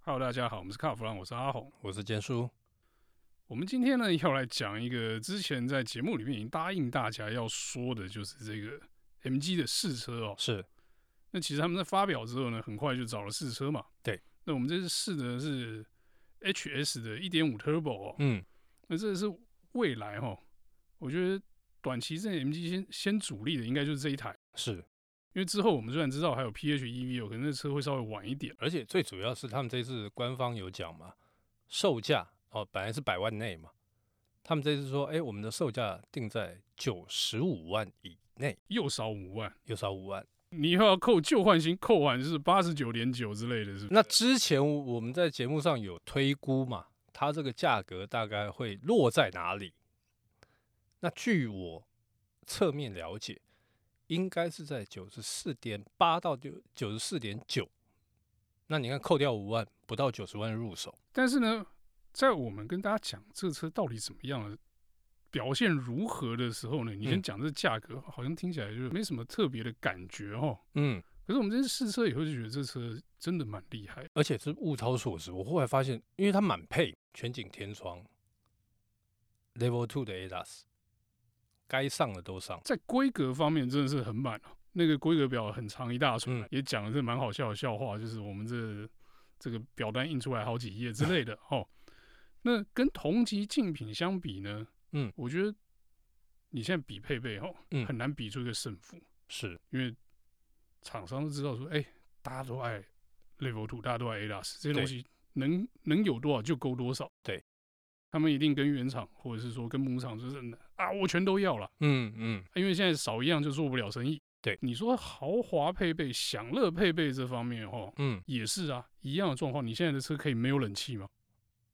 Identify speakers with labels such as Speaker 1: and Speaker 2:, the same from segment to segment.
Speaker 1: Hello，大家好，我们是卡弗兰，我是阿红。
Speaker 2: 我是坚叔。
Speaker 1: 我们今天呢 要来讲一个之前在节目里面已经答应大家要说的，就是这个 MG 的试车哦。
Speaker 2: 是
Speaker 1: 那其实他们在发表之后呢，很快就找了试车嘛。
Speaker 2: 对。
Speaker 1: 那我们这次试的是 HS 的1.5 Turbo 哦，
Speaker 2: 嗯，
Speaker 1: 那这是未来哦，我觉得短期之内 MG 先先主力的应该就是这一台，
Speaker 2: 是，
Speaker 1: 因为之后我们虽然知道还有 PHEV 哦，可能那车会稍微晚一点。
Speaker 2: 而且最主要是他们这次官方有讲嘛，售价哦本来是百万内嘛，他们这次说，哎，我们的售价定在九十五万以内，
Speaker 1: 又少五万，
Speaker 2: 又少五万。
Speaker 1: 你又要扣旧换新，扣完是八十九点九之类的，是不是
Speaker 2: 那之前我们在节目上有推估嘛，它这个价格大概会落在哪里？那据我侧面了解，应该是在九十四点八到九九十四点九。那你看，扣掉五万，不到九十万入手。
Speaker 1: 但是呢，在我们跟大家讲这车到底怎么样了，表现如何的时候呢，你先
Speaker 2: 嗯
Speaker 1: 讲这价格，好像听起来就是没什么特别的感觉哦。
Speaker 2: 嗯，
Speaker 1: 可是我们这次试车以后就觉得这车真的蛮厉害，
Speaker 2: 而且是物超所值。我后来发现，因为它满配全景天窗，Level Two 的 ADAS，该上的都上。
Speaker 1: 在规格方面真的是很满哦。那个规格表很长一大串，
Speaker 2: 嗯
Speaker 1: 也讲了这蛮好笑的笑话，就是我们这这个表单印出来好几页之类 的哦。那跟同级竞品相比呢，
Speaker 2: 嗯
Speaker 1: 我觉得你现在比配备哦，
Speaker 2: 嗯
Speaker 1: 很难比出一个胜负。
Speaker 2: 是，
Speaker 1: 因为厂商都知道说，哎、大家都爱 Level Two，大家都爱 ADAS 这些东
Speaker 2: 对
Speaker 1: 西能能有多少就勾多少。
Speaker 2: 对，
Speaker 1: 他们一定跟原厂或者是说跟母厂就是啊，我全都要了，
Speaker 2: 嗯嗯，
Speaker 1: 因为现在少一样就做不了生意。
Speaker 2: 对，
Speaker 1: 你说豪华配备、享乐配备这方面哦，
Speaker 2: 嗯，
Speaker 1: 也是啊，一样的状况。你现在的车可以没有冷气吗？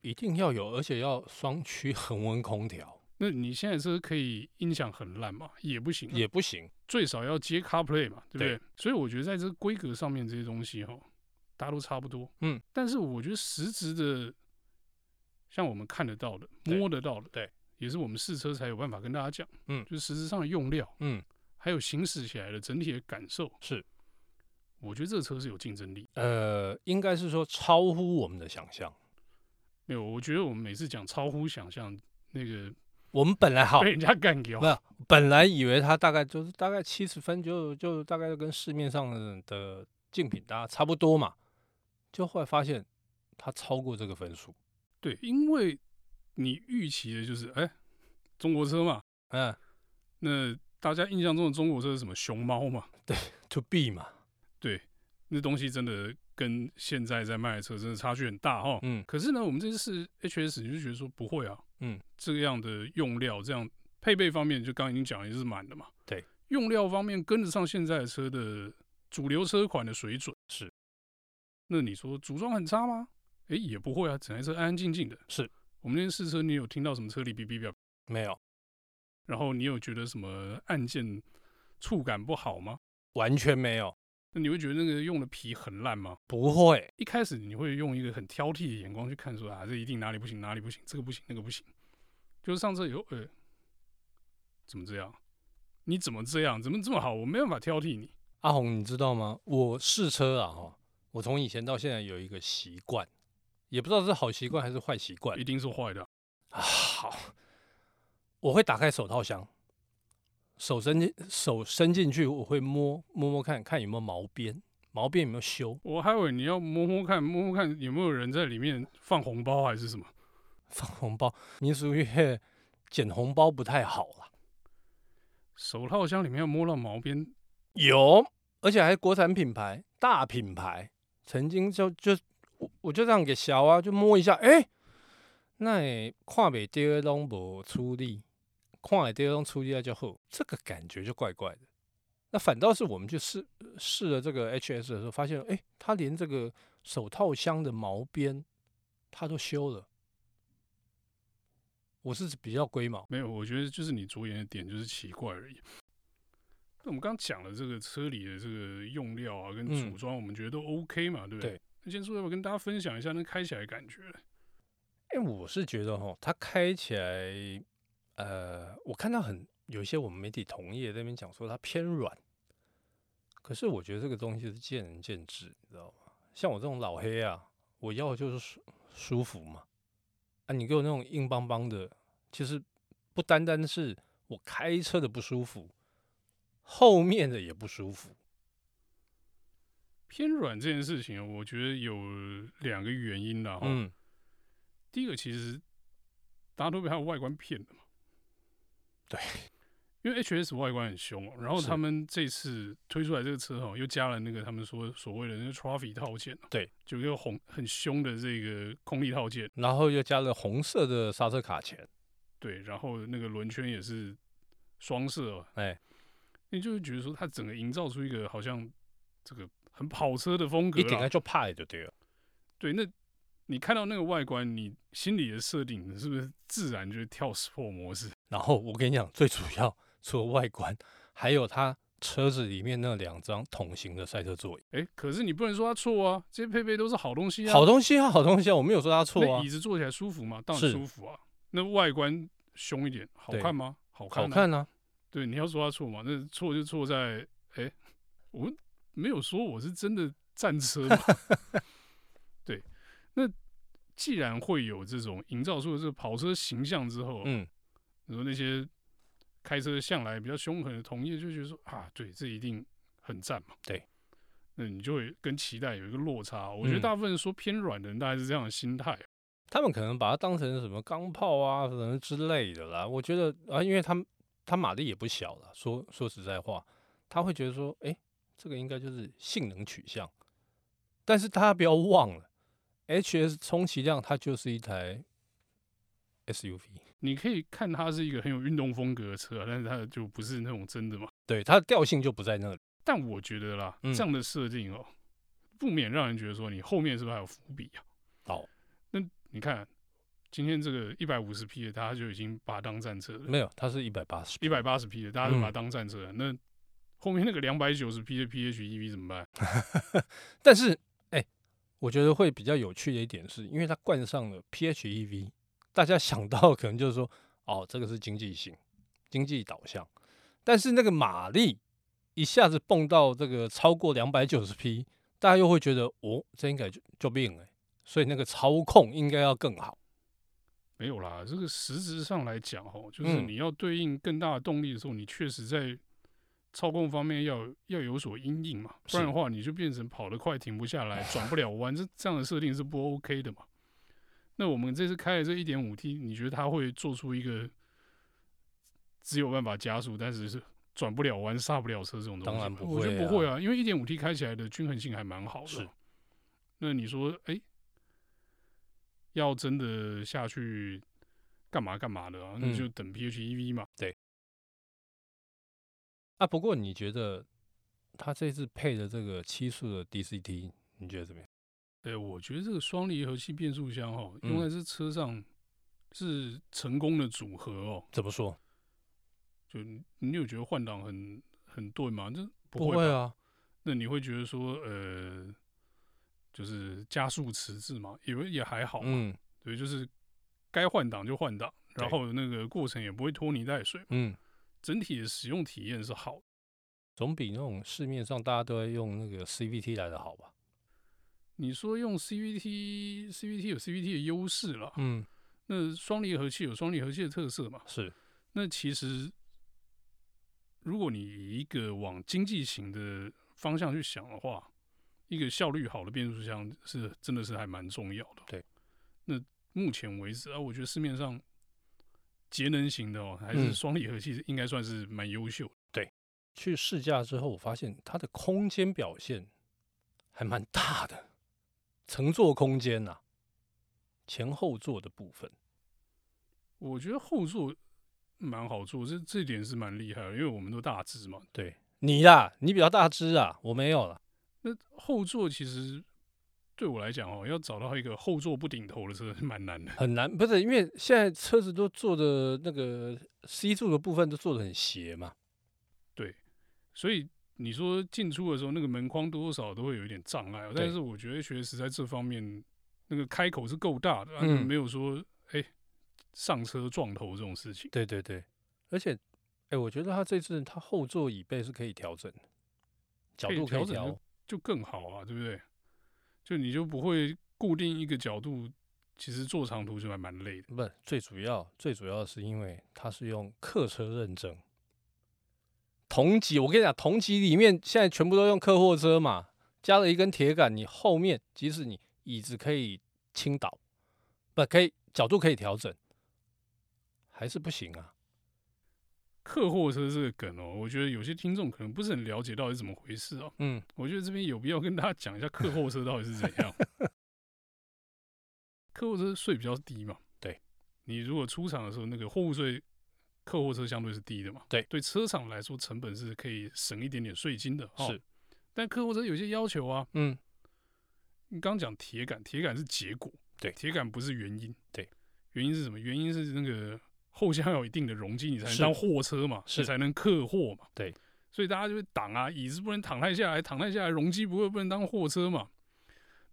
Speaker 2: 一定要有，而且要双区 恒温空调
Speaker 1: 那你现在的车可以音响很烂吗？也不行啊、
Speaker 2: 也不行。
Speaker 1: 最少要接 CarPlay 嘛，对不对？
Speaker 2: 对
Speaker 1: 所以我觉得在这个规格上面这些东西哈，大家都差不多。
Speaker 2: 嗯，
Speaker 1: 但是我觉得实质的，像我们看得到的、
Speaker 2: 对
Speaker 1: 摸得到的，
Speaker 2: 对，
Speaker 1: 也是我们试车才有办法跟大家讲。
Speaker 2: 嗯
Speaker 1: 就是实质上的用料，
Speaker 2: 嗯，
Speaker 1: 还有行驶起来的整体的感受，
Speaker 2: 是，
Speaker 1: 我觉得这车是有竞争力。
Speaker 2: 呃，应该是说超乎我们的想象。
Speaker 1: 没有，我觉得我们每次讲超乎想象，那个
Speaker 2: 我们本来好
Speaker 1: 被，人家干掉
Speaker 2: 不。本来以为它大概就是大概七十分就，就大概就跟市面上的的竞品大家差不多嘛，就后来发现它超过这个分数。
Speaker 1: 对，因为你预期的就是，哎，中国车嘛，
Speaker 2: 嗯
Speaker 1: 那大家印象中的中国车是什么熊猫嘛？
Speaker 2: ，to B 嘛，
Speaker 1: 对，那东西真的跟现在在卖的车真的差距很大哈。
Speaker 2: 嗯
Speaker 1: 可是呢，我们这次试 HS 你就觉得说不会啊，
Speaker 2: 嗯，
Speaker 1: 这样的用料，这样配备方面，就刚刚已经讲了也是满的嘛。
Speaker 2: 对，
Speaker 1: 用料方面跟得上现在的车的主流车款的水准
Speaker 2: 是。
Speaker 1: 那你说组装很差吗？诶，也不会啊，整台车安安静静的。
Speaker 2: 是
Speaker 1: 我们那天试车，你有听到什么车里哔哔哔？
Speaker 2: 没有，
Speaker 1: 然后你有觉得什么按键触感不好吗？
Speaker 2: 完全没有，
Speaker 1: 那你会觉得那个用的皮很烂吗？
Speaker 2: 不会，
Speaker 1: 一开始你会用一个很挑剔的眼光去看说啊，这一定哪里不行，哪里不行，这个不行，那个不行。就是上车以后，呃，怎么这样？你怎么这样？怎么这么好？我没办法挑剔你。
Speaker 2: 阿红，你知道吗？我试车啊，哈，我从以前到现在有一个习惯，也不知道是好习惯还是坏习惯
Speaker 1: 一定是坏的啊，
Speaker 2: 啊。好，我会打开手套箱，手伸进手伸进去，我会摸摸摸看看有没有毛边，毛边有没有修，
Speaker 1: 我还以为你要摸摸看，摸摸看有没有人在里面放红包还是什么。
Speaker 2: 放红包。你属于嘿捡红包不太好啦，
Speaker 1: 手套箱里面要摸到毛边，
Speaker 2: 有，而且还是国产品牌大品牌，曾经就就我我就这样给小啊，就摸一下，哎、那会看袂到的拢无处理，看会到的拢处理啊就好，这个感觉就怪怪的。那反倒是我们去试试了这个 HS 的时候，发现，哎、它连这个手套箱的毛边它都修了。我是指比较龟毛，
Speaker 1: 没有，我觉得就是你着眼的点就是奇怪而已。那我们刚刚讲了这个车里的这个用料啊，跟
Speaker 2: 嗯
Speaker 1: 组装，我们觉得都 OK 嘛，对不对
Speaker 2: 对？
Speaker 1: 那先说要不要跟大家分享一下那开起来的感觉？
Speaker 2: 哎、我是觉得哈，它开起来，呃，我看到很有一些我们媒体同业在那边讲说它偏软，可是我觉得这个东西是见仁见智，你知道吗？像我这种老黑啊，我要的就是舒舒服嘛。啊，你给我那种硬邦邦的，其实不单单是我开车的不舒服，后面的也不舒服。
Speaker 1: 偏软这件事情，啊我觉得有两个原因啦。嗯，
Speaker 2: 嗯，
Speaker 1: 第一个其实大家都被它的外观骗了嘛。
Speaker 2: 对，
Speaker 1: 因为 HS 外观很凶、哦，然后
Speaker 2: 是
Speaker 1: 他们这次推出来这个车哈、又加了那个他们说所谓的那个 Trophy 套件、哦，
Speaker 2: 对，
Speaker 1: 就一个红很凶的这个空力套件，
Speaker 2: 然后又加了红色的刹车卡钳，
Speaker 1: 对，然后那个轮圈也是双色、哦，
Speaker 2: 哎，
Speaker 1: 你就会觉得说它整个营造出一个好像这个很跑车的风格
Speaker 2: 一点
Speaker 1: 啦
Speaker 2: 开。就怕就对了。
Speaker 1: 对，那你看到那个外观，你心里的设定你是不是自然就会跳 sport 模式？
Speaker 2: 然后我跟你讲，最主要除了外观，还有它车子里面那两张桶型的赛车座椅，
Speaker 1: 哎、可是你不能说它错啊，这些配备都是好东西啊。
Speaker 2: 好东西啊，好东西啊，我没有说它错啊
Speaker 1: 那椅，子坐起来舒服吗？当
Speaker 2: 是
Speaker 1: 然舒服啊。那外观凶一点，好
Speaker 2: 对
Speaker 1: 看吗？好看、啊，
Speaker 2: 好。看啊，
Speaker 1: 对，你要说它错嘛，那错就错在，哎、我没有说我是真的战车 嘛。对，那既然会有这种营造出这个跑车形象之后，
Speaker 2: 嗯，
Speaker 1: 你说那些开车向来比较凶狠的同业就觉得说啊，对，这一定很赞嘛。
Speaker 2: 对，
Speaker 1: 那你就会跟期待有一个落差。我觉得
Speaker 2: 嗯
Speaker 1: 大部分说偏软的人大概是这样的心态。啊
Speaker 2: 他们可能把它当成什么钢炮啊什么之类的啦。我觉得啊，因为他们他马力也不小了，说说实在话，他会觉得说，哎、这个应该就是性能取向。但是大家不要忘了，HS 充其量它就是一台 SUV，
Speaker 1: 你可以看它是一个很有运动风格的车啊，但是它就不是那种真的嘛。
Speaker 2: 对，它的调性就不在那里。
Speaker 1: 但我觉得啦，
Speaker 2: 嗯
Speaker 1: 这样的设定哦，不免让人觉得说你后面是不是还有伏笔啊？
Speaker 2: 哦，
Speaker 1: 那你看今天这个一百五十匹的，大家就已经把它当战车了；
Speaker 2: 没有，它是一百八十。
Speaker 1: 一百八十匹的，大家就把它
Speaker 2: 嗯
Speaker 1: 当战车了。那后面那个两百九十匹的 PHEV 怎么办？
Speaker 2: 但是，哎、我觉得会比较有趣的一点是，因为它冠上了 PHEV，大家想到可能就是说，哦，这个是经济型、经济导向，但是那个马力一下子蹦到这个超过两百九十匹，大家又会觉得，哦，这应该就就病了、所以那个操控应该要更好。
Speaker 1: 没有啦，这个实质上来讲哦，就是
Speaker 2: 嗯
Speaker 1: 你要对应更大的动力的时候，你确实在操控方面要要有所阴影嘛，不然的
Speaker 2: 是
Speaker 1: 话你就变成跑得快停不下来，转不了弯，这这样的设定是不 OK 的嘛。那我们这次开的这一点五 T，你觉得它会做出一个只有办法加速，但是是转不了弯、刹不了车这种东西吗？
Speaker 2: 当然不
Speaker 1: 我觉得
Speaker 2: 会啊
Speaker 1: 不会啊，因为一点五 T 开起来的均衡性还蛮好的。
Speaker 2: 是
Speaker 1: 那你说，哎、要真的下去干嘛干嘛的啊？那
Speaker 2: 嗯
Speaker 1: 就等 PHEV 嘛。
Speaker 2: 啊，不过你觉得它这次配的这个七速的 DCT，你觉得怎么样？
Speaker 1: 对，我觉得这个双离合器变速箱哦，
Speaker 2: 嗯
Speaker 1: 用在这车上是成功的组合哦。
Speaker 2: 怎么说？
Speaker 1: 就你你有觉得换挡很很钝吗？这
Speaker 2: 不
Speaker 1: 会吧
Speaker 2: 啊，
Speaker 1: 那你会觉得说，呃，就是加速迟滞嘛，也会也还好嘛。
Speaker 2: 嗯
Speaker 1: 对，就是该换挡就换挡，然
Speaker 2: 对
Speaker 1: 后那个过程也不会拖泥带水，
Speaker 2: 嗯。
Speaker 1: 整体的使用体验是好的。
Speaker 2: 总比那种市面上大家都在用那个 CVT 来的好吧？
Speaker 1: 你说用 CVT，CVT 有 CVT 的优势了，
Speaker 2: 嗯，
Speaker 1: 那双离合器有双离合器的特色嘛？
Speaker 2: 是，
Speaker 1: 那其实如果你以一个往经济型的方向去想的话，一个效率好的变速箱是真的是还蛮重要的。
Speaker 2: 对，
Speaker 1: 那目前为止啊，我觉得市面上节能型的哦，还是
Speaker 2: 嗯
Speaker 1: 双离合器应该算是蛮优秀的。
Speaker 2: 去试驾之后，我发现它的空间表现还蛮大的，乘坐空间呐、前后座的部分，
Speaker 1: 我觉得后座蛮好坐，这这点是蛮厉害的，因为我们都大致嘛，
Speaker 2: 对你啦，你比较大只啊，我没有啦。
Speaker 1: 那后座其实对我来讲哦，要找到一个后座不顶头的车是蛮难的。
Speaker 2: 很难，不是因为现在车子都做的那个 C 柱的部分都做的很斜嘛，
Speaker 1: 所以你说进出的时候，那个门框多多少少都会有一点障碍哦。
Speaker 2: 对
Speaker 1: 但是我觉得学实在这方面，那个开口是够大的，啊
Speaker 2: 嗯
Speaker 1: 没有说哎、上车撞头这种事情。
Speaker 2: 对对对，而且，哎、我觉得它这次它后座椅背是可以调整的，角
Speaker 1: 可以
Speaker 2: 度可
Speaker 1: 调
Speaker 2: 以
Speaker 1: 整
Speaker 2: 调
Speaker 1: 的，就更好啊，对不对？就你就不会固定一个角度，其实做长途是还蛮累的。
Speaker 2: 不，最主要最主要是因为它是用客车认证。同级，我跟你讲，同级里面现在全部都用客货车嘛，加了一根铁杆，你后面即使你椅子可以倾倒，不可以角度可以调整，还是不行啊。
Speaker 1: 客货车这个梗哦，我觉得有些听众可能不是很了解到底是怎么回事哦。
Speaker 2: 嗯，
Speaker 1: 我觉得这边有必要跟大家讲一下客货车到底是怎样。客货车税比较低嘛，
Speaker 2: 对，
Speaker 1: 你如果出厂的时候那个货物税，客货车相对是低的嘛，
Speaker 2: 对
Speaker 1: 对，车厂来说成本是可以省一点点税金的，哦
Speaker 2: 是，
Speaker 1: 但客货车有些要求啊，
Speaker 2: 嗯，
Speaker 1: 你刚讲铁杆，铁杆是结果，
Speaker 2: 对
Speaker 1: 铁杆不是原因，
Speaker 2: 对，
Speaker 1: 原因是什么？原因是那个后箱要有一定的容积，你才能
Speaker 2: 是
Speaker 1: 当货车嘛，
Speaker 2: 是
Speaker 1: 你才能客货嘛，
Speaker 2: 对，
Speaker 1: 所以大家就会挡啊，椅子不能躺太下来，躺太下来容积不会不能当货车嘛。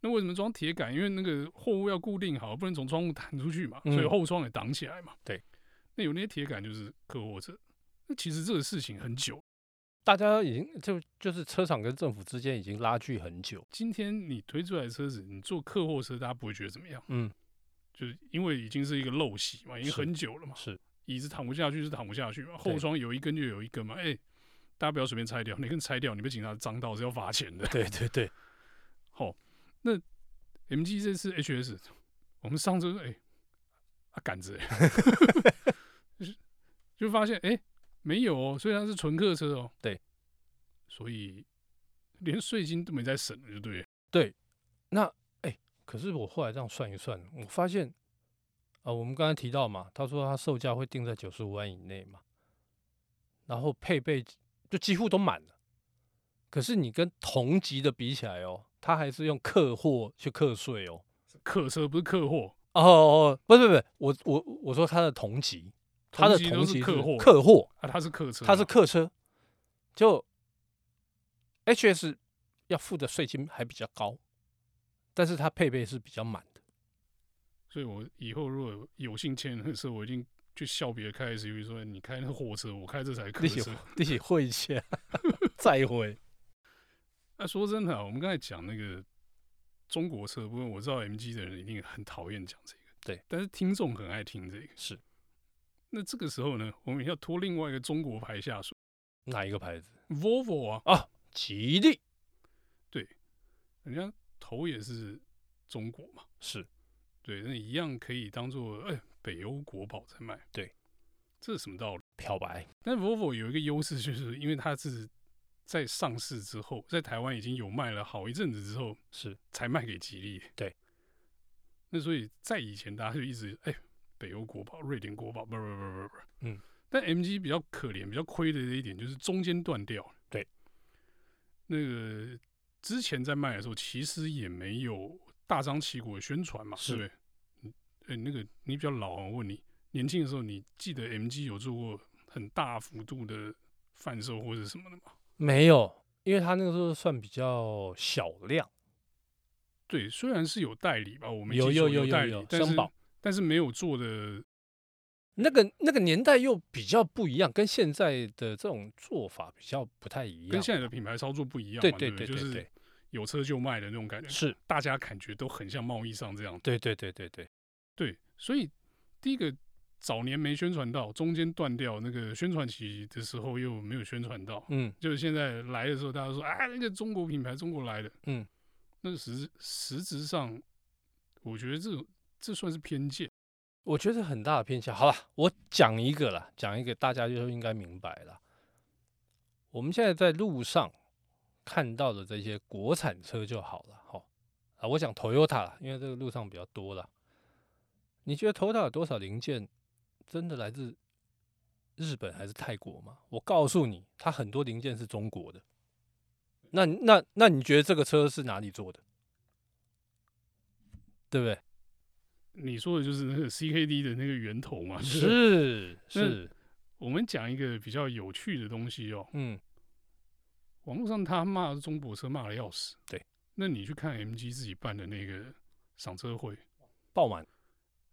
Speaker 1: 那为什么装铁杆？因为那个货物要固定好，不能从窗户弹出去嘛，
Speaker 2: 嗯
Speaker 1: 所以后窗也挡起来嘛。
Speaker 2: 对，
Speaker 1: 那有那些铁杆就是客货车。那其实这个事情很久，
Speaker 2: 大家已经就就是车厂跟政府之间已经拉锯很久。
Speaker 1: 今天你推出来的车子，你做客货车，大家不会觉得怎么样。
Speaker 2: 嗯，
Speaker 1: 就是因为已经是一个陋习嘛，已经
Speaker 2: 是
Speaker 1: 很久了嘛，
Speaker 2: 是
Speaker 1: 椅子躺不下去是躺不下去嘛，
Speaker 2: 对
Speaker 1: 后窗有一根就有一根嘛，哎、大家不要随便拆掉，那根拆掉你被警察张到是要罚钱的。
Speaker 2: 对对对，
Speaker 1: 好，那 MG 这次 HS，我们上周哎、啊杆子、哎 就是就发现哎、没有哦，虽然是纯客车哦，
Speaker 2: 对，
Speaker 1: 所以连税金都没在省了，就对了。
Speaker 2: 可是我后来这样算一算，我发现，啊、我们刚才提到嘛，他说他售价会定在九十五万以内嘛，然后配备就几乎都满了。可是你跟同级的比起来哦，他还是用客货去课税哦。
Speaker 1: 客车不是客货，
Speaker 2: 哦哦，不是不是，我我我说他的同级，他的
Speaker 1: 同级都
Speaker 2: 同
Speaker 1: 是
Speaker 2: 级
Speaker 1: 客货
Speaker 2: 客货，
Speaker 1: 啊，它是客车嘛，
Speaker 2: 它是客车，就 HS 要付的税金还比较高，但是它配备是比较满的。
Speaker 1: 所以我以后如果有幸签那个车，我一定去笑别人开 SUV 说你开那个货车，我开这台客
Speaker 2: 你喜
Speaker 1: 车。
Speaker 2: 你起会一下，再会。
Speaker 1: 那、说真的、啊，我们刚才讲那个中国车，不过我知道 MG 的人一定很讨厌讲这个，
Speaker 2: 对，
Speaker 1: 但是听众很爱听这个。
Speaker 2: 是
Speaker 1: 那这个时候呢，我们要拖另外一个中国牌下水
Speaker 2: 哪一个牌子？
Speaker 1: ，Volvo 啊，
Speaker 2: 吉利
Speaker 1: 人家头也是中国嘛，
Speaker 2: 是
Speaker 1: 对，那一样可以当做哎北欧国宝在卖，
Speaker 2: 对，
Speaker 1: 这是什么道理？
Speaker 2: 漂白，
Speaker 1: 但 Volvo 有一个优势，就是因为它是在上市之后，在台湾已经有卖了好一阵子之后，
Speaker 2: 是
Speaker 1: 才卖给吉利。
Speaker 2: 对。
Speaker 1: 那所以在以前，大家就一直哎、北欧国宝、瑞典国宝，不不不不不，
Speaker 2: 嗯。
Speaker 1: 但 MG 比较可怜、比较亏的一点就是中间断掉了。
Speaker 2: 对。
Speaker 1: 那个之前在卖的时候，其实也没有大张旗鼓的宣传嘛，
Speaker 2: 是
Speaker 1: 对不对？嗯哎、那个你比较老、啊，我问你，年轻的时候你记得 MG 有做过很大幅度的贩售或者什么的吗？
Speaker 2: 没有，因为它那个时候算比较小量，
Speaker 1: 对，虽然是有代理吧，我们
Speaker 2: 有有有
Speaker 1: 代
Speaker 2: 有
Speaker 1: 理
Speaker 2: 有，
Speaker 1: 但
Speaker 2: 商
Speaker 1: 是
Speaker 2: 宝
Speaker 1: 但是没有做的，
Speaker 2: 那个那个年代又比较不一样，跟现在的这种做法比较不太一样。啊
Speaker 1: 跟现在的品牌操作不一样嘛，
Speaker 2: 对
Speaker 1: 对
Speaker 2: 对
Speaker 1: 不
Speaker 2: 对
Speaker 1: 就
Speaker 2: 对
Speaker 1: 是
Speaker 2: 对，
Speaker 1: 有车就卖的那种感觉，
Speaker 2: 是，
Speaker 1: 大家感觉都很像贸易上这样。
Speaker 2: 对对对对对，
Speaker 1: 对，所以第一个早年没宣传到，中间断掉那个宣传期的时候又没有宣传到，
Speaker 2: 嗯，
Speaker 1: 就是现在来的时候，大家说啊，那个中国品牌，中国来的，
Speaker 2: 嗯，
Speaker 1: 那实实质上，我觉得这种这算是偏见。
Speaker 2: 我觉得很大的偏向。好了，我讲一个啦，讲一个大家就应该明白了。我们现在在路上看到的这些国产车就好了，哈啊，我讲 Toyota 啦，因为这个路上比较多啦。你觉得 Toyota 有多少零件真的来自日本还是泰国吗？我告诉你，它很多零件是中国的。那那那你觉得这个车是哪里做的？对不对？
Speaker 1: 你说的就是那个 CKD 的那个源头嘛？就是
Speaker 2: 啊是，
Speaker 1: 我们讲一个比较有趣的东西哦，
Speaker 2: 嗯，
Speaker 1: 网络上他骂中国车骂的要死，
Speaker 2: 对，
Speaker 1: 那你去看 MG 自己办的那个赏车会，
Speaker 2: 爆满。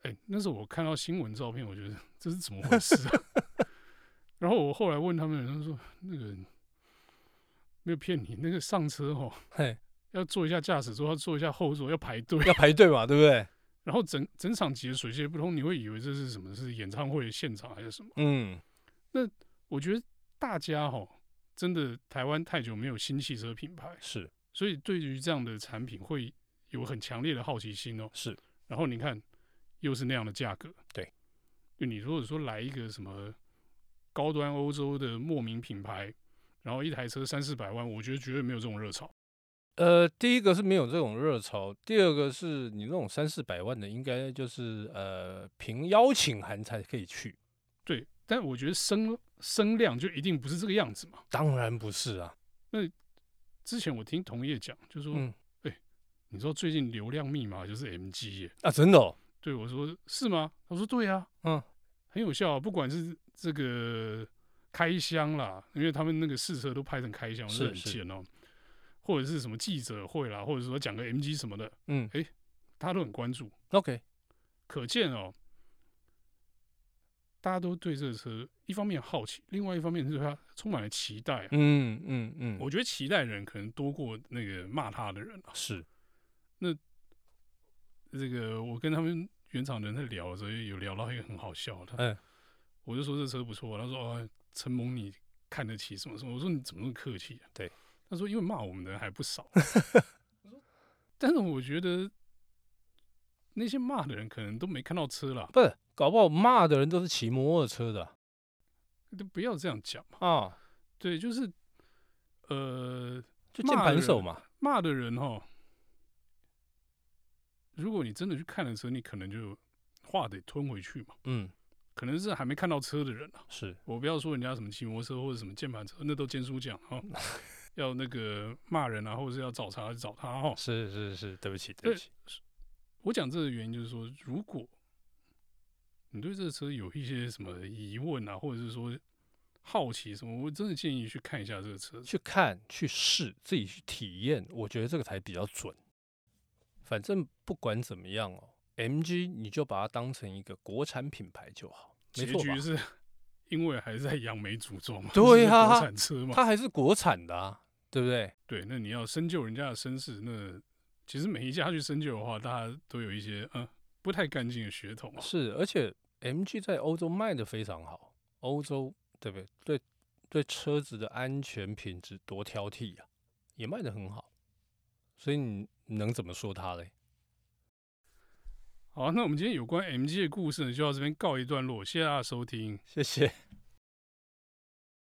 Speaker 1: 哎、那时候我看到新闻照片，我觉得这是怎么回事啊？然后我后来问他们，他们说那个没有骗你，那个上车哦，
Speaker 2: 嘿，
Speaker 1: 要坐一下驾驶座，要坐一下后座，要排队，
Speaker 2: 要排队嘛，对不对？
Speaker 1: 然后整整场挤得水泄不通，你会以为这是什么？是演唱会现场还是什么？
Speaker 2: 嗯，
Speaker 1: 我觉得大家哈，真的台湾太久没有新汽车品牌，
Speaker 2: 是
Speaker 1: 所以对于这样的产品会有很强烈的好奇心哦。
Speaker 2: 是，
Speaker 1: 然后你看，又是那样的价格，
Speaker 2: 对。
Speaker 1: 就你如果说来一个什么高端欧洲的莫名品牌，然后一台车三四百万，我觉得绝对没有这种热潮。
Speaker 2: 呃，第一个是没有这种热潮，第二个是你那种三四百万的，应该就是呃凭邀请函才可以去，
Speaker 1: 对，但我觉得声声量就一定不是这个样子嘛。
Speaker 2: 当然不是啊，
Speaker 1: 之前我听同业讲，就说，哎、
Speaker 2: 嗯
Speaker 1: 你知道最近流量密码就是 MG 耶？
Speaker 2: 啊，真的、哦，
Speaker 1: 对我说是吗？他说对啊，
Speaker 2: 嗯，
Speaker 1: 很有效、啊，不管是这个开箱啦，因为他们那个试车都拍成开箱，我觉得很
Speaker 2: 是是
Speaker 1: 贱哦、或者是什么记者会啦，或者说讲个 MG 什么的，
Speaker 2: 嗯
Speaker 1: 大家都很关注，
Speaker 2: ，OK，
Speaker 1: 可见哦、大家都对这个车一方面好奇，另外一方面是对它充满了期待、啊。
Speaker 2: 嗯嗯嗯，
Speaker 1: 我觉得期待的人可能多过那个骂他的人啊。
Speaker 2: 是，
Speaker 1: 这个我跟他们原厂人在聊的时候，有聊到一个很好笑的，
Speaker 2: 嗯
Speaker 1: 我就说这车不错，他说哦，承蒙你看得起什么什么，我说你怎么那么客气、啊？
Speaker 2: 对，
Speaker 1: 他说因为骂我们的人还不少，我说但是我觉得那些骂的人可能都没看到车啦，
Speaker 2: 不是，搞不好骂的人都是骑摩托车的
Speaker 1: 就不要这样讲嘛。
Speaker 2: 啊，
Speaker 1: 对，就是呃，
Speaker 2: 就键
Speaker 1: 骂
Speaker 2: 盘
Speaker 1: 人
Speaker 2: 手嘛，
Speaker 1: 骂的人哈，如果你真的去看了车，你可能就话得吞回去嘛，
Speaker 2: 嗯，
Speaker 1: 可能是还没看到车的人啊。
Speaker 2: 是，
Speaker 1: 我不要说人家什么骑摩托车或者什么键盘车，那都坚叔讲 哈，要那个骂人啊，或者是要找茬就找他哈。
Speaker 2: 是是是，对不起，对
Speaker 1: 对
Speaker 2: 不起，
Speaker 1: 我讲这个原因就是说，如果你对这个车有一些什么疑问啊，或者是说好奇什么，我真的建议去看一下这个车。
Speaker 2: 去看、去试、自己去体验，我觉得这个才比较准。反正不管怎么样哦，MG 你就把它当成一个国产品牌就好，没
Speaker 1: 结
Speaker 2: 错吧
Speaker 1: 局？是 因为还是在扬眉诅咒嘛，
Speaker 2: 对
Speaker 1: 啊，
Speaker 2: 啊
Speaker 1: 国产车嘛，
Speaker 2: 它还是国产的啊，对不对？
Speaker 1: 对，那你要深究人家的身世，那其实每一家去深究的话，大家都有一些嗯不太干净的血统啊。
Speaker 2: 是，而且 MG 在欧洲卖的非常好，欧洲对不对？对对，车子的安全品质多挑剔呀、也卖的很好，所以你能怎么说它嘞？
Speaker 1: 好，那我们今天有关 MG 的故事呢，就到这边告一段落，谢谢大家收听。
Speaker 2: 谢谢。